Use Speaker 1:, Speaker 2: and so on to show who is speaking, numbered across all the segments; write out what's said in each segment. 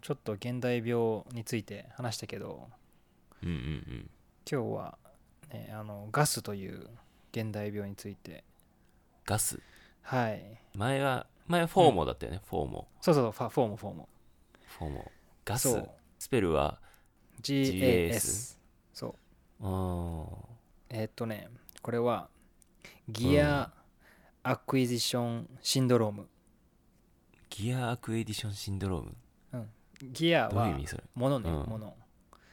Speaker 1: ちょっと現代病について話したけど
Speaker 2: うんうんうん
Speaker 1: 今日は、ね、あのガスという現代病について
Speaker 2: ガス
Speaker 1: はい
Speaker 2: 前は前はフォーモだったよね、フォーモ
Speaker 1: そうそうファフォームフォーム
Speaker 2: フォーモガ
Speaker 1: そ
Speaker 2: ス
Speaker 1: う
Speaker 2: スペルは
Speaker 1: GAS そう
Speaker 2: うーん
Speaker 1: えーっとねこれはギアアクイジションシンドローム、
Speaker 2: ギアアクエディションシンドローム
Speaker 1: ギア
Speaker 2: どういう
Speaker 1: は
Speaker 2: 意味それ
Speaker 1: ものね
Speaker 2: うん
Speaker 1: もの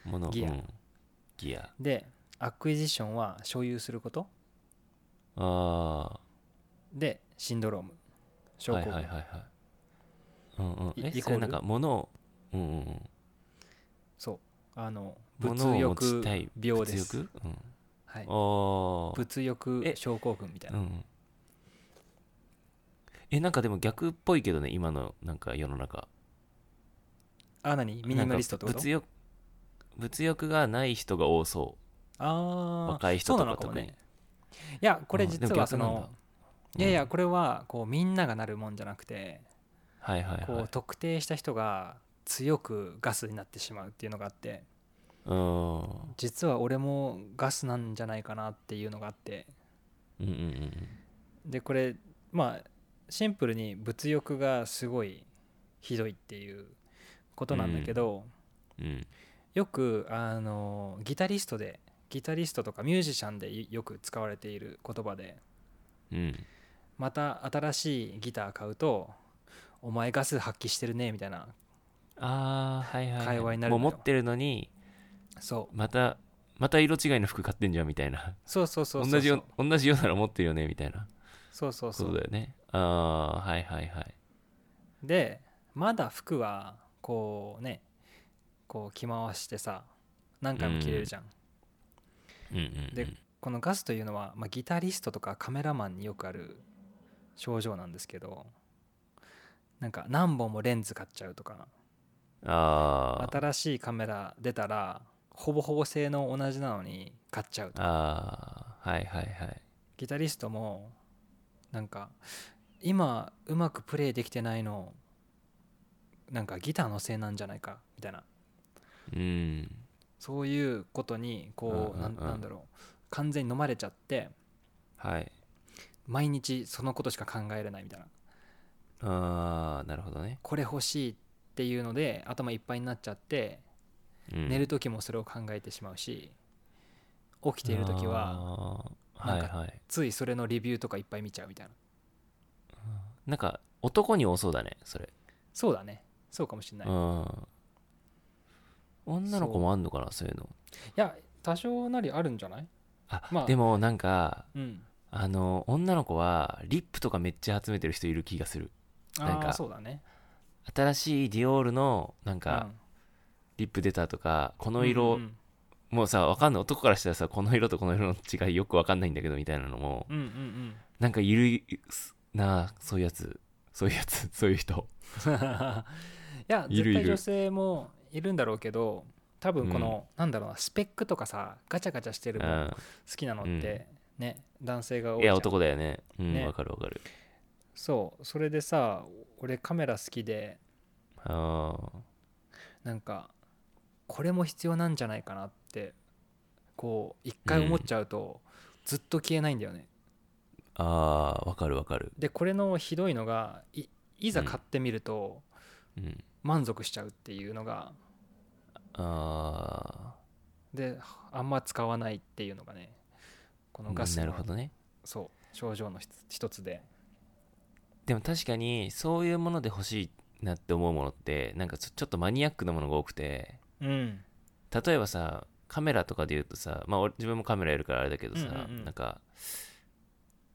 Speaker 2: もの
Speaker 1: ギア
Speaker 2: うんギア
Speaker 1: でアクイジションは所有すること
Speaker 2: あ
Speaker 1: でシンドローム
Speaker 2: あ
Speaker 1: 症
Speaker 2: はい
Speaker 1: 候
Speaker 2: はい
Speaker 1: 群、
Speaker 2: はいはいうんうん
Speaker 1: い
Speaker 2: え
Speaker 1: イ
Speaker 2: そ
Speaker 1: コー
Speaker 2: れ
Speaker 1: ル
Speaker 2: なんか物をうんうんうん
Speaker 1: そうあの
Speaker 2: 物
Speaker 1: 物
Speaker 2: を持ち
Speaker 1: 欲
Speaker 2: たい
Speaker 1: 病です
Speaker 2: 物欲うん
Speaker 1: はい、
Speaker 2: ああ
Speaker 1: 物欲
Speaker 2: え
Speaker 1: 症候群みたいな、
Speaker 2: うんえなんかでも逆っぽいけどね今のなんか世の中
Speaker 1: あ何ミニマリストってこと
Speaker 2: なんか物欲物欲がない人が多そ
Speaker 1: ああ
Speaker 2: 若い人
Speaker 1: そう
Speaker 2: とか
Speaker 1: なの
Speaker 2: 特
Speaker 1: も
Speaker 2: に
Speaker 1: ねいやこれ
Speaker 2: うんでも
Speaker 1: 実はそ
Speaker 2: 逆なんだ
Speaker 1: の、いやいやこれはこうみんながなるもんじゃなくて
Speaker 2: うはいはい
Speaker 1: こ
Speaker 2: は
Speaker 1: う
Speaker 2: い
Speaker 1: 特定した人が強くガスになってしまうっていうのがあって
Speaker 2: うーん
Speaker 1: 実は俺もガスなんじゃないかなっていうのがあって
Speaker 2: うんうんうん
Speaker 1: でこれまあシンプルに物欲がすごいひどいっていうことなんだけど、
Speaker 2: うんうん
Speaker 1: よくあのギタリストでギタリストとかミュージシャンでよく使われている言葉で
Speaker 2: うん
Speaker 1: また新しいギター買うと「お前ガス発揮してるね」みたいな
Speaker 2: ああはいはい、はい、
Speaker 1: 会話になる
Speaker 2: もう
Speaker 1: の
Speaker 2: 持
Speaker 1: よ
Speaker 2: ってるのに
Speaker 1: そう
Speaker 2: またまた色違いの服買ってんじゃんみたいな
Speaker 1: そうそうそうそう
Speaker 2: 同じよ同じようなの持ってるよねみたいな
Speaker 1: そうそう
Speaker 2: こ
Speaker 1: そ
Speaker 2: と
Speaker 1: う
Speaker 2: だよねああはいはいはい
Speaker 1: でまだ服はこうねこう着回してさ何回も着れるじゃん、
Speaker 2: うんうん、
Speaker 1: でこのガスというのは、まあ、ギタリストとかカメラマンによくある症状なんですけどなんか何本もレンズ買っちゃうとか
Speaker 2: あー
Speaker 1: 新しいカメラ出たらほぼほぼ性能同じなのに買っちゃうとか
Speaker 2: あーはいはいはい
Speaker 1: ギタリストもなんか今うまくプレイできてないのなんかギターのせいなんじゃないかみたいな
Speaker 2: うん
Speaker 1: そういうことにこう
Speaker 2: うんうん
Speaker 1: な
Speaker 2: うん
Speaker 1: んなんだろう完全に飲まれちゃって
Speaker 2: はい
Speaker 1: 毎日そのことしか考えれないみたいな
Speaker 2: ああなるほどね、
Speaker 1: これ欲しいっていうので頭いっぱいになっちゃって
Speaker 2: うん、
Speaker 1: 寝る時もそれを考えてしまうし起きている時は
Speaker 2: あーはい
Speaker 1: なんか
Speaker 2: はい
Speaker 1: ついそれのレビューとかいっぱい見ちゃうみたいな
Speaker 2: なんか男に多そうだねそれ、
Speaker 1: そうだねそうかもしれないい
Speaker 2: うん女の子もあんのかなそういうの
Speaker 1: や多少なりあるんじゃない
Speaker 2: あ、
Speaker 1: まあ
Speaker 2: でもなんか
Speaker 1: うん
Speaker 2: あの女の子はリップとかめっちゃ集めてる人いる気がするなん
Speaker 1: あ
Speaker 2: か
Speaker 1: あそうだね
Speaker 2: 新しいディオールのなん
Speaker 1: う
Speaker 2: か
Speaker 1: ん
Speaker 2: リップ出たとか、この色、
Speaker 1: うん
Speaker 2: もうさわかんない男からしたらさこの色とこの色の違いよくわかんないんだけどみたいなのも
Speaker 1: うんうんうん
Speaker 2: なんかいるなあそういうやつそういうやつそういう人
Speaker 1: うんいや
Speaker 2: いる
Speaker 1: 絶
Speaker 2: いる
Speaker 1: 対女性もいるんだろうけど多分この、なんだろうなスペックとかさガチャガチャしてる
Speaker 2: う
Speaker 1: の
Speaker 2: ん
Speaker 1: 好きなのって、ね男性が多い
Speaker 2: い
Speaker 1: じゃ
Speaker 2: や
Speaker 1: ん
Speaker 2: 男だよねうんわ、
Speaker 1: ね
Speaker 2: かるわかる
Speaker 1: そうそれでさ俺カメラ好きで
Speaker 2: ああ
Speaker 1: なんかこれも必要なんじゃないかなってこう一回思っちゃうと、ずっと消えないんだよね
Speaker 2: あーわかるわかる、
Speaker 1: でこれのひどいのがいいざ買ってみると
Speaker 2: うん、
Speaker 1: 満足しちゃうっていうのが
Speaker 2: あ
Speaker 1: であんま使わないっていうのがねこのガ
Speaker 2: あ
Speaker 1: ス
Speaker 2: な
Speaker 1: の
Speaker 2: るほどね
Speaker 1: そう症状の一つ一つで
Speaker 2: でも確かにそういうもので欲しいなって思うものってなんかちょちょっとマニアックなものが多くて
Speaker 1: うん
Speaker 2: 例えばさカメラとかで言うとさまあ俺自分もカメラやるからあれだけどさ、
Speaker 1: うんうんうん
Speaker 2: なんか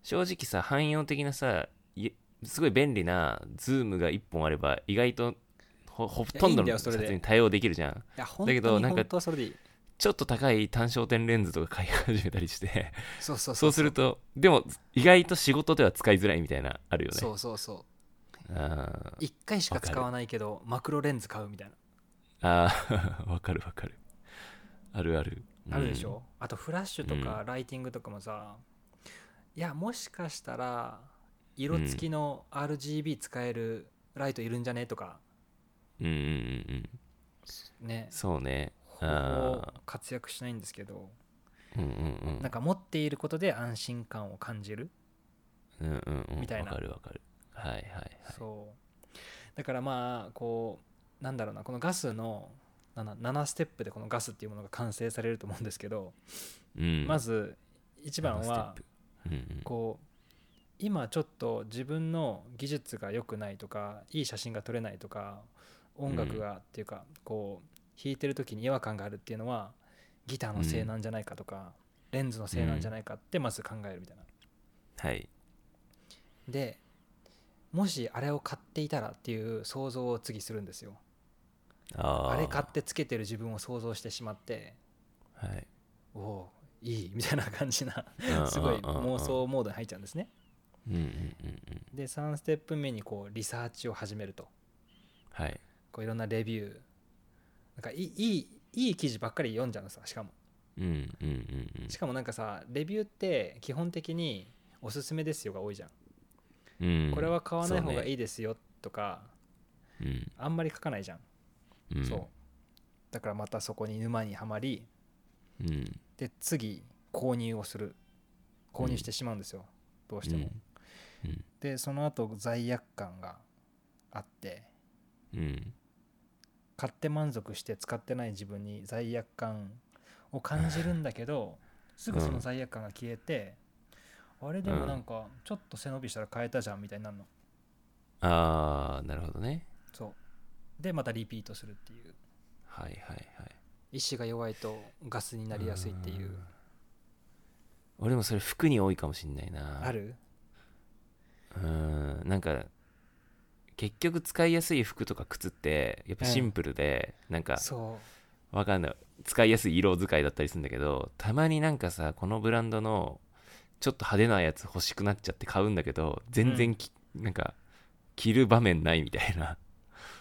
Speaker 2: 正直さ汎用的なさいすごい便利なズームが1本あれば意外とほほとん
Speaker 1: いやいいん
Speaker 2: ど
Speaker 1: だ
Speaker 2: の
Speaker 1: よそれ
Speaker 2: 撮
Speaker 1: で
Speaker 2: 影に対応できるじゃん
Speaker 1: いや本当
Speaker 2: だ
Speaker 1: に
Speaker 2: けどなんか
Speaker 1: 本当はそれでいい
Speaker 2: ちょっと高い単焦点レンズとか買い始めたりして
Speaker 1: そうそう
Speaker 2: そうするとでも意外と仕事では使いづらいみたいなあるよね
Speaker 1: そうそうそう
Speaker 2: あー
Speaker 1: 一回しか
Speaker 2: わかる
Speaker 1: 使わないけどマクロレンズ買うみたい
Speaker 2: あー わかるわかるあるある
Speaker 1: なあるでしょ、あとフラッシュとかライティングとかもさ、いやもしかしたら色付きの RGB 使えるライトいるんじゃねとか
Speaker 2: うんうんうんうん
Speaker 1: ね
Speaker 2: そうね
Speaker 1: ほぼ
Speaker 2: あ
Speaker 1: 活躍しないんですけど
Speaker 2: ーうんうんうん
Speaker 1: なんか持っていることで安心感を感じる
Speaker 2: うんうんうん
Speaker 1: みたいな
Speaker 2: わかるわかるはいはいはい
Speaker 1: そうだからまあこうなんだろうなこのガスの 7, 7ステップでこのガスっていうものが完成されると思うんですけど、
Speaker 2: うん
Speaker 1: まず一番は
Speaker 2: 7ステップうんうん
Speaker 1: こう今ちょっと自分の技術が良くないとかいい写真が撮れないとか音楽がっていうかこう弾いてる時に違和感があるっていうのはギターのせいなんじゃないかとかレンズのせいなんじゃないかってまず考えるみたいな。
Speaker 2: はい
Speaker 1: でもしあれを買っていたらっていう想像を次するんですよ。
Speaker 2: あー
Speaker 1: あれ買ってつけてる自分を想像してしまって
Speaker 2: はい
Speaker 1: おおういいみたいな感じな
Speaker 2: う ん
Speaker 1: すごい
Speaker 2: うんうんうん
Speaker 1: 妄想モードに入っちゃうんですね。
Speaker 2: うんうんうんうん
Speaker 1: で3ステップ目にこうリサーチを始めると
Speaker 2: はい
Speaker 1: こういろんなレビューなんかいいいいいい記事ばっかり読んじゃうのさしかも
Speaker 2: うんうんうんうん
Speaker 1: しかもなんかさレビューって基本的に「おすすめですよ」が多いじゃん、
Speaker 2: うん
Speaker 1: これは買わない方がい
Speaker 2: い
Speaker 1: いですよとか、
Speaker 2: うん
Speaker 1: あんまり書かないじゃん、
Speaker 2: うん
Speaker 1: そうだからまたそこに沼にはまり
Speaker 2: うん
Speaker 1: で次購入をする購入してしまうんですよ、どうしても、
Speaker 2: うん
Speaker 1: でその後罪悪感があって
Speaker 2: うん
Speaker 1: 買って満足して使ってない自分に罪悪感を感じるんだけどすぐその罪悪感が消えて、あれでもなんかちょっと背伸びしたら変えたじゃんみたいになるの
Speaker 2: ああなるほどね
Speaker 1: そうでまたリピートするっていう
Speaker 2: はいはいはい
Speaker 1: 意志が弱いとガスになりやすいっていう
Speaker 2: 俺もそれ服に多いかもしんないな
Speaker 1: ある
Speaker 2: うんなんか結局使いやすい服とか靴ってやっぱシンプルで、なんか
Speaker 1: そ
Speaker 2: わかんない使いやすい色使いだったりするんだけどたまになんかさこのブランドのちょっと派手なやつ欲しくなっちゃって買うんだけど全然き、なんか着る場面ないみたいな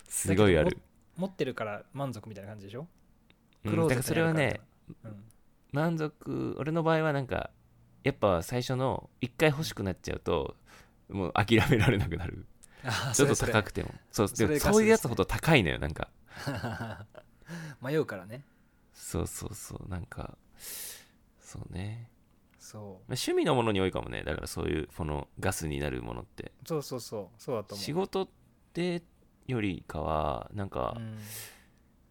Speaker 2: すごいあ
Speaker 1: だけ
Speaker 2: る
Speaker 1: どう持ってるから満足みたいな感じでしょ
Speaker 2: うん
Speaker 1: クローゼ
Speaker 2: だか
Speaker 1: ッ
Speaker 2: らそ
Speaker 1: トに
Speaker 2: れ
Speaker 1: あるからみた
Speaker 2: はね
Speaker 1: いなうん
Speaker 2: 満足俺の場合はなんかやっぱ最初の一回欲しくなっちゃうともう諦められなくなる
Speaker 1: あー
Speaker 2: ちょっと
Speaker 1: それ
Speaker 2: 高くてもそう
Speaker 1: それ
Speaker 2: で
Speaker 1: ガスで
Speaker 2: も
Speaker 1: すね
Speaker 2: そういうやつほど高いのよなんか
Speaker 1: それ 迷うからね
Speaker 2: そうそうそうなんかそうね
Speaker 1: そ
Speaker 2: まあ趣味のものに多いかもねだからそういうこのガスになるものって
Speaker 1: うそうそうそうそうだと思う
Speaker 2: 仕事でよりかはなんか
Speaker 1: うん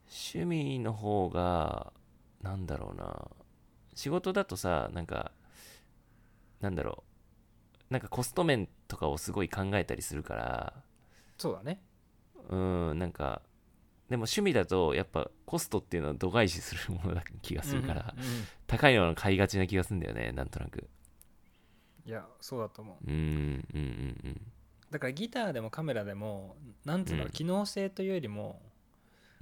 Speaker 2: 趣味の方がなんだろうな仕事だとさなんかなんだろうなんかコスト面とかをすごい考えたりするから
Speaker 1: そうだね
Speaker 2: うんなんかでも趣味だとやっぱコストっていうのは度外視するものだ気がするから、
Speaker 1: うんうんうん
Speaker 2: 高いのを買いがちな気がするんだよねなんとなく
Speaker 1: いやそうだと思う
Speaker 2: うんうんうんうん
Speaker 1: だからギターでもカメラでもなんつうの、
Speaker 2: うん
Speaker 1: 機能性というよりも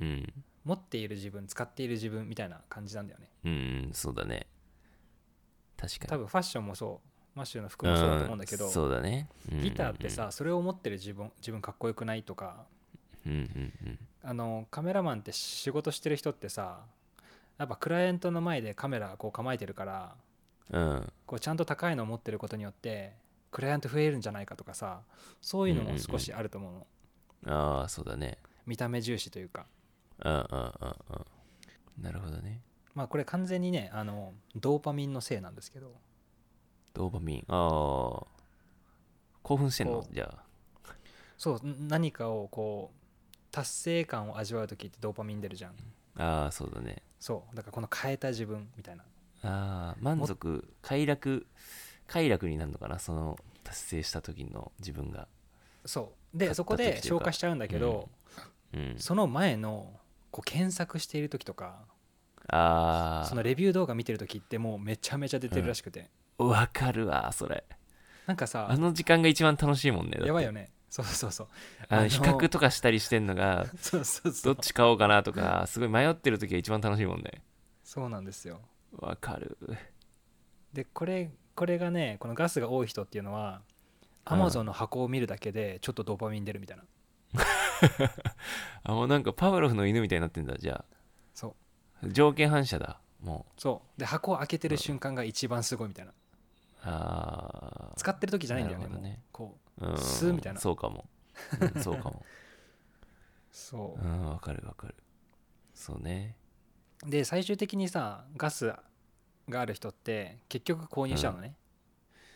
Speaker 2: うん
Speaker 1: 持っている自分使っている自分みたいな感じなんだよね
Speaker 2: うんそうだね確か
Speaker 1: 多
Speaker 2: に
Speaker 1: 分ファッションもそうマッシュの服もそうだと思うんだけど、
Speaker 2: うんそうだね
Speaker 1: ギターってさそれを持ってる自分自分かっこよくないとか
Speaker 2: うんうんうん
Speaker 1: あのカメラマンって仕事してる人ってさやっぱクライアントの前でカメラこう構えてるから
Speaker 2: うんうん
Speaker 1: こうちゃんと高いのを持ってることによってクライアント増えるんじゃないかとかさそういうのも少しあると思うの、
Speaker 2: ああそうだね
Speaker 1: 見た目重視というか
Speaker 2: うんうんうんうんなるほどね
Speaker 1: まあこれ完全にねあのドーパミンのせいなんですけど
Speaker 2: ドーパミンああ興奮してんの
Speaker 1: こう
Speaker 2: じゃあ
Speaker 1: そうん何かをこう達成感を味わう時ってドーパミン出るじゃん
Speaker 2: ああそうだね
Speaker 1: そうだからこの変えた自分みたいな
Speaker 2: ああ満足快楽快楽になるのかなその達成した時の自分が
Speaker 1: そうで
Speaker 2: 買った
Speaker 1: そこ
Speaker 2: 時
Speaker 1: で
Speaker 2: という
Speaker 1: 消
Speaker 2: か
Speaker 1: 化しちゃうんだけど、
Speaker 2: うん
Speaker 1: その前のこう検索している時とか
Speaker 2: あ
Speaker 1: そのレビュー動画見てる時ってもうめちゃめちゃ出てるらしくて、
Speaker 2: あわかるわそれ
Speaker 1: なんか
Speaker 2: あ
Speaker 1: さ
Speaker 2: の時間が一番楽しいもんねだって
Speaker 1: やばいよねそうそうそう
Speaker 2: あの
Speaker 1: あの
Speaker 2: 比較とかしたりしてんのが
Speaker 1: そうそうそ
Speaker 2: ど
Speaker 1: う
Speaker 2: っち買おうかなとかすごい迷ってる時が一番楽しいもんね
Speaker 1: そうなんですよ
Speaker 2: わかる
Speaker 1: でこれこれがねこのガスが多い人っていうのは
Speaker 2: う
Speaker 1: ア
Speaker 2: ん
Speaker 1: マゾンの箱を見るだけでちょっとドーパミン出るみたいな
Speaker 2: あもうなんかパブロフの犬みたいになってんだじゃ
Speaker 1: そう
Speaker 2: あ条件反射だも
Speaker 1: そうで箱を開けてる瞬間が一番すごいみたいな
Speaker 2: うあ
Speaker 1: 使ってる時じゃないんだよね
Speaker 2: なるほどね
Speaker 1: もうこ
Speaker 2: あ
Speaker 1: スーみたいな
Speaker 2: そうかも、うんそうかも
Speaker 1: そう
Speaker 2: う、んわかるわかるそうね
Speaker 1: で最終的にさガスがある人って結局購入しちゃうのね、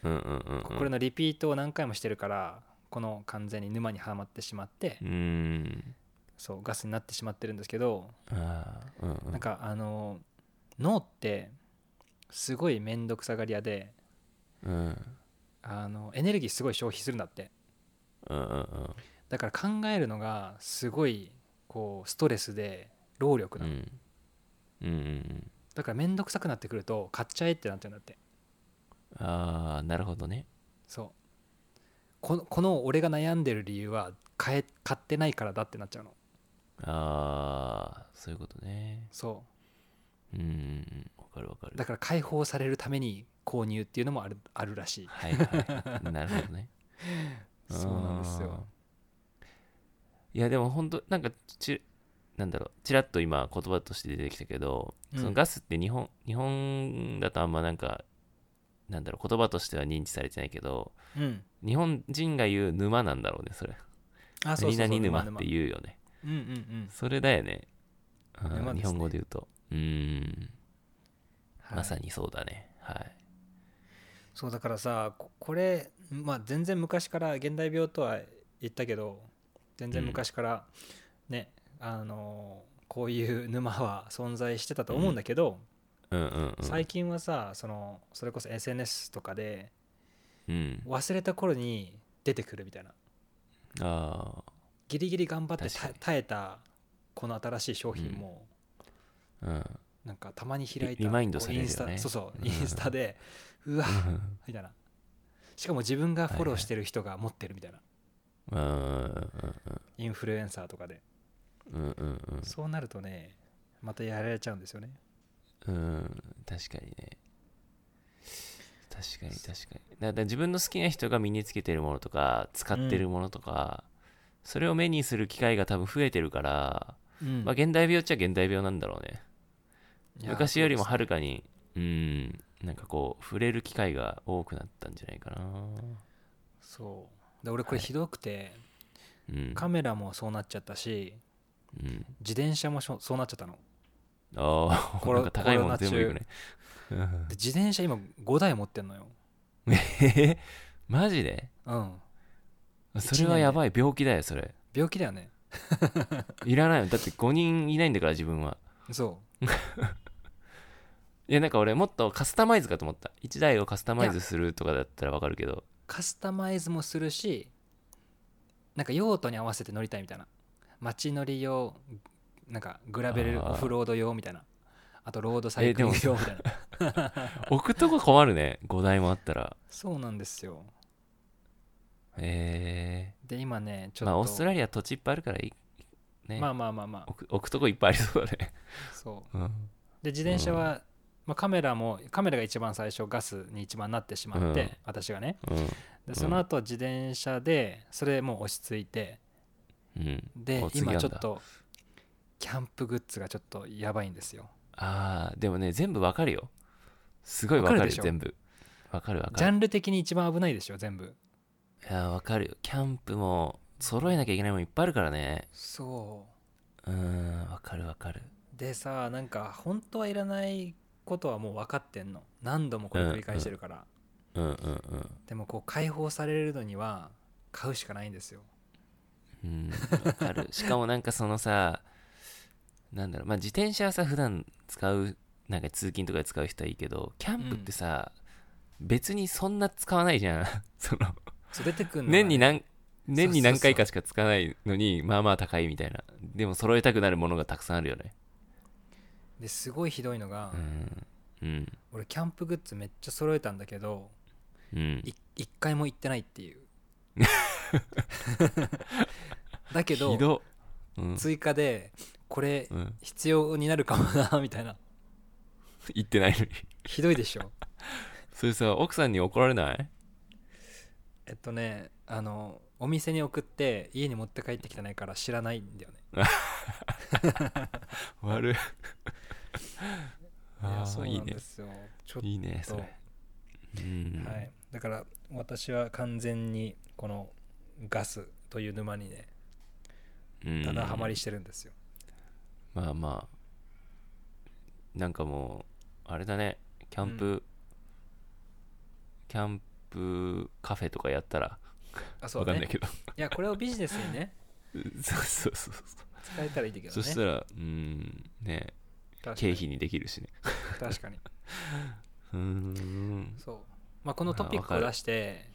Speaker 2: うんうんうんうん
Speaker 1: これのリピートを何回もしてるからこの完全に沼にはまってしまって、
Speaker 2: うーん
Speaker 1: そうガスになってしまってるんですけど、
Speaker 2: ああうんうん
Speaker 1: なんかあの脳ってすごい面倒くさがり屋で
Speaker 2: うんうん
Speaker 1: あのエネルギーすごい消費するんだって
Speaker 2: うんうん
Speaker 1: だから考えるのがすごいこうストレスで労力
Speaker 2: う
Speaker 1: なの、
Speaker 2: んうんうん
Speaker 1: だから面倒くさくなってくると買っちゃえってなっちゃうんだって
Speaker 2: ああなるほどね
Speaker 1: そうこのこの俺が悩んでる理由は買え買ってないからだってなっちゃうの
Speaker 2: ああそういうことね
Speaker 1: そ
Speaker 2: うんうんうんわかるわか
Speaker 1: う
Speaker 2: る
Speaker 1: だから解放されるために購入っていうのもあるあるらしい
Speaker 2: はいはいなるほどね
Speaker 1: そうなんですよ
Speaker 2: いやでも本当なんかちなんだろうちらっと今言葉として出てきたけど、
Speaker 1: うん
Speaker 2: そのガスって日本日本だとあんまなんかなんだろう言葉としては認知されてないけど
Speaker 1: うん
Speaker 2: 日本人が言う沼なんだろうねそれ
Speaker 1: あそう
Speaker 2: 何
Speaker 1: そうそう
Speaker 2: 々沼って言うよね
Speaker 1: うんうんうん
Speaker 2: それだよねあー
Speaker 1: 沼ですね
Speaker 2: 日本語で言うとうーん
Speaker 1: はい
Speaker 2: まさにそうだねはい
Speaker 1: そうだからさここれ、まあ、全然昔から現代病とは言ったけど全然昔からね、あのこういう沼は存在してたと思うんだけど、
Speaker 2: うんうんうん
Speaker 1: 最近はさそのそれこそ SNS とかで
Speaker 2: うん
Speaker 1: 忘れた頃に出てくるみたいな
Speaker 2: あ
Speaker 1: ギリギリ頑張って
Speaker 2: 確か
Speaker 1: た
Speaker 2: に
Speaker 1: 耐えたこの新しい商品も、
Speaker 2: あうん
Speaker 1: なんかたまに開いた
Speaker 2: リリマインドされるよね
Speaker 1: インスタそうそう
Speaker 2: うん
Speaker 1: インスタで、うわみたいなしかも自分がフォローしてる人が持ってるみたいな、
Speaker 2: うんうん
Speaker 1: インフルエンサーとかで
Speaker 2: うんうんうんうん
Speaker 1: そうなるとねまたやられちゃうんですよね
Speaker 2: うん確かにね確かに確かにだから自分の好きな人が身につけてるものとか使ってるものとか、それを目にする機会が多分増えてるから、
Speaker 1: うん
Speaker 2: まあ現代病っちゃ現代病なんだろうね
Speaker 1: いや
Speaker 2: 昔よりもはるかにうんなんかこう触れる機会が多くなったんじゃないかな
Speaker 1: そうで俺これひどくて、
Speaker 2: うん
Speaker 1: カメラもそうなっちゃったし
Speaker 2: うん
Speaker 1: 自転車もしょそうなっちゃったの
Speaker 2: ああ
Speaker 1: コロ
Speaker 2: なんか高いもの全部いくね
Speaker 1: で自転車今5台持ってんのよ
Speaker 2: え マジで
Speaker 1: うん
Speaker 2: それはやばい病気だよそれ
Speaker 1: 病気だよね
Speaker 2: いらないよだって5人いないんだから自分は
Speaker 1: そ
Speaker 2: いやなんか俺もっとカスタマイズかと思った1台をカスタマイズするとかだったらわかるけど
Speaker 1: うカスタマイズもするしなんか用途に合わせて乗りたいみたいな街乗り用なんかグラベル
Speaker 2: あー
Speaker 1: オフロード用みたいなあとロードサイクリング
Speaker 2: えで
Speaker 1: 用みたいな
Speaker 2: 置くとこ困るね5台もあったら
Speaker 1: そうなんですよ
Speaker 2: え
Speaker 1: で今ねち
Speaker 2: ー、
Speaker 1: ょっと、
Speaker 2: まあオーストラリア土地いっぱいあるからいいね、
Speaker 1: まあまあまあまあ
Speaker 2: 置く置くとこいっぱいありそうだね
Speaker 1: そう
Speaker 2: うん
Speaker 1: で自転車は、まあ、カメラもカメラが一番最初ガスに一番なってしまって、
Speaker 2: うん私
Speaker 1: 私がね
Speaker 2: うん
Speaker 1: でその後自転車でそれもう落ち着いて
Speaker 2: うん
Speaker 1: で
Speaker 2: お次
Speaker 1: 今
Speaker 2: なん
Speaker 1: ち
Speaker 2: だ
Speaker 1: ょっとキャンプグッズがちょっとやばいんですよ
Speaker 2: あーでもね全部わかるよすごいわか
Speaker 1: わかる
Speaker 2: る
Speaker 1: でしょ
Speaker 2: 全部わかるわか
Speaker 1: ジ
Speaker 2: る
Speaker 1: ャンル的に一番危ないでしょ全部
Speaker 2: いやーわかるよキャンプも揃えなきゃいけないもんいっぱいあるからね
Speaker 1: そう
Speaker 2: ーんわかるわかる
Speaker 1: でさなんか本当はいらないことはもう分かってんの何度もこれ繰り返してるから、
Speaker 2: うんうんうん
Speaker 1: でもこう解放されるのには買うしかないんですよ
Speaker 2: うん、わかるしかもなんかそのさなんだろうまあ自転車はさ普段使うなんか通勤とかで使う人はいいけどキャンプってさ、別にそんな使わないじゃん その
Speaker 1: そう出てくんのがね
Speaker 2: 年に何年に何
Speaker 1: そうそうそ
Speaker 2: 回
Speaker 1: う
Speaker 2: かしか使わないのにまあまあ高いみたいなでも揃えたくなるものがたくさんあるよね
Speaker 1: ですごいひどいのが、
Speaker 2: うんうん
Speaker 1: 俺キャンプグッズめっちゃ揃えたんだけど
Speaker 2: うん
Speaker 1: い一回も行ってないって いうだけど
Speaker 2: ひどうん、
Speaker 1: 追加でこれ
Speaker 2: うん、
Speaker 1: 必要になるかもなみたいな
Speaker 2: 行ってないのに
Speaker 1: ひどいでしょ
Speaker 2: それさ奥さんに怒られない
Speaker 1: えっとねあのお店に送って家に持って帰ってきてないから知らないんだよね
Speaker 2: 悪い
Speaker 1: いや
Speaker 2: あ
Speaker 1: そ
Speaker 2: あ
Speaker 1: う
Speaker 2: いい
Speaker 1: なん
Speaker 2: ね
Speaker 1: ですよちょっと
Speaker 2: いいねそれうん
Speaker 1: はい、だから私は完全にこのガスという沼にね
Speaker 2: うん
Speaker 1: ただハマりしてるんですよ。
Speaker 2: まあまあなんかもうあれだねキャンプ、
Speaker 1: う
Speaker 2: キャンプカフェとかやったら
Speaker 1: あそ
Speaker 2: わ
Speaker 1: う
Speaker 2: か
Speaker 1: だ
Speaker 2: んない
Speaker 1: ね。
Speaker 2: けど
Speaker 1: いやこれをビジネスにね
Speaker 2: そうそうそうそう
Speaker 1: 使えたらいいんだけど
Speaker 2: そ
Speaker 1: ね。
Speaker 2: したらうんね
Speaker 1: 確か
Speaker 2: 経
Speaker 1: に
Speaker 2: 費にできるしね
Speaker 1: 確かに。
Speaker 2: うーん
Speaker 1: そう。まあこのトピック
Speaker 2: まあわ
Speaker 1: を
Speaker 2: かる
Speaker 1: 出して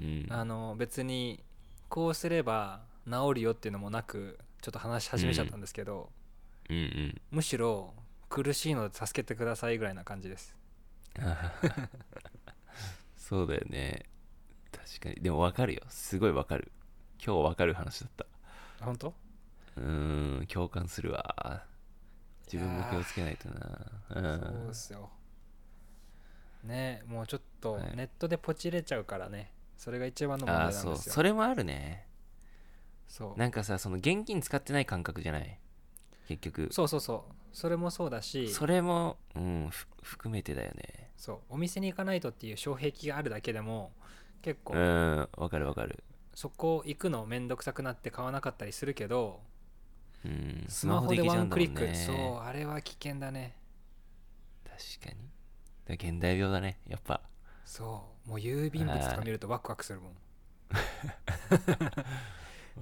Speaker 2: うん
Speaker 1: あの別にこうすれば治るよっていうのもなくちょっと話し始めちゃったんですけど、
Speaker 2: うんうん
Speaker 1: むしろ苦しいので助けてくださいぐらいな感じです
Speaker 2: あーそうだよね確かにでもわかるよすごいわかる今日わかる話だった
Speaker 1: 本当
Speaker 2: うーん共感するわ自分も気をつけないとな
Speaker 1: そう
Speaker 2: う
Speaker 1: で
Speaker 2: ん
Speaker 1: すよねもうちょっと
Speaker 2: はい
Speaker 1: ネットでポチれちゃうからねそれが一番の問題
Speaker 2: あ
Speaker 1: なん
Speaker 2: あ
Speaker 1: です
Speaker 2: そ
Speaker 1: よ
Speaker 2: うそれもあるね
Speaker 1: そう
Speaker 2: なんかさその現金使ってない感覚じゃない結局
Speaker 1: そうそうそうそれもそうだし
Speaker 2: それもうんふ含めてだよね
Speaker 1: そうお店に行かないとっていう障壁があるだけでも結構、
Speaker 2: うんわかるわかる
Speaker 1: そこ行くのめんどくさくなって買わなかったりするけど
Speaker 2: うん
Speaker 1: スマホで
Speaker 2: きち
Speaker 1: ワ
Speaker 2: ゃう
Speaker 1: ン
Speaker 2: んだ
Speaker 1: ク
Speaker 2: も
Speaker 1: リ
Speaker 2: ん
Speaker 1: ック、
Speaker 2: ね
Speaker 1: そうあれは危険だね
Speaker 2: 確かにだから現代病だねやっぱ
Speaker 1: そうもう郵便物と
Speaker 2: は
Speaker 1: か
Speaker 2: い
Speaker 1: 見るとワクワクするもん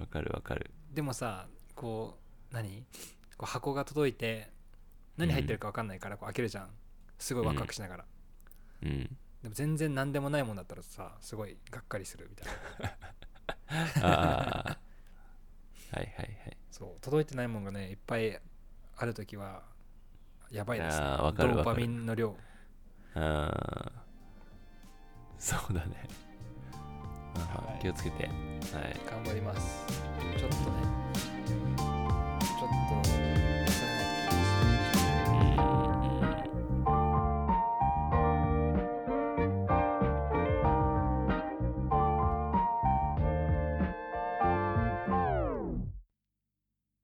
Speaker 2: わかるわかる
Speaker 1: でもさこう何こう箱が届いて何入ってるか分かんないからこう開けるじゃんすごいワクワクしながら、
Speaker 2: うん
Speaker 1: でも全然何でもないもんだったらさすごいがっかりするみたいな
Speaker 2: ああはいはいはい
Speaker 1: そう届いてないもんがねいっぱいある時はやばいですね
Speaker 2: あーわか
Speaker 1: ド
Speaker 2: るわか
Speaker 1: ー
Speaker 2: る
Speaker 1: パミンの量
Speaker 2: あーそうだね、あー
Speaker 1: はい
Speaker 2: 気をつけてはい
Speaker 1: 頑張ります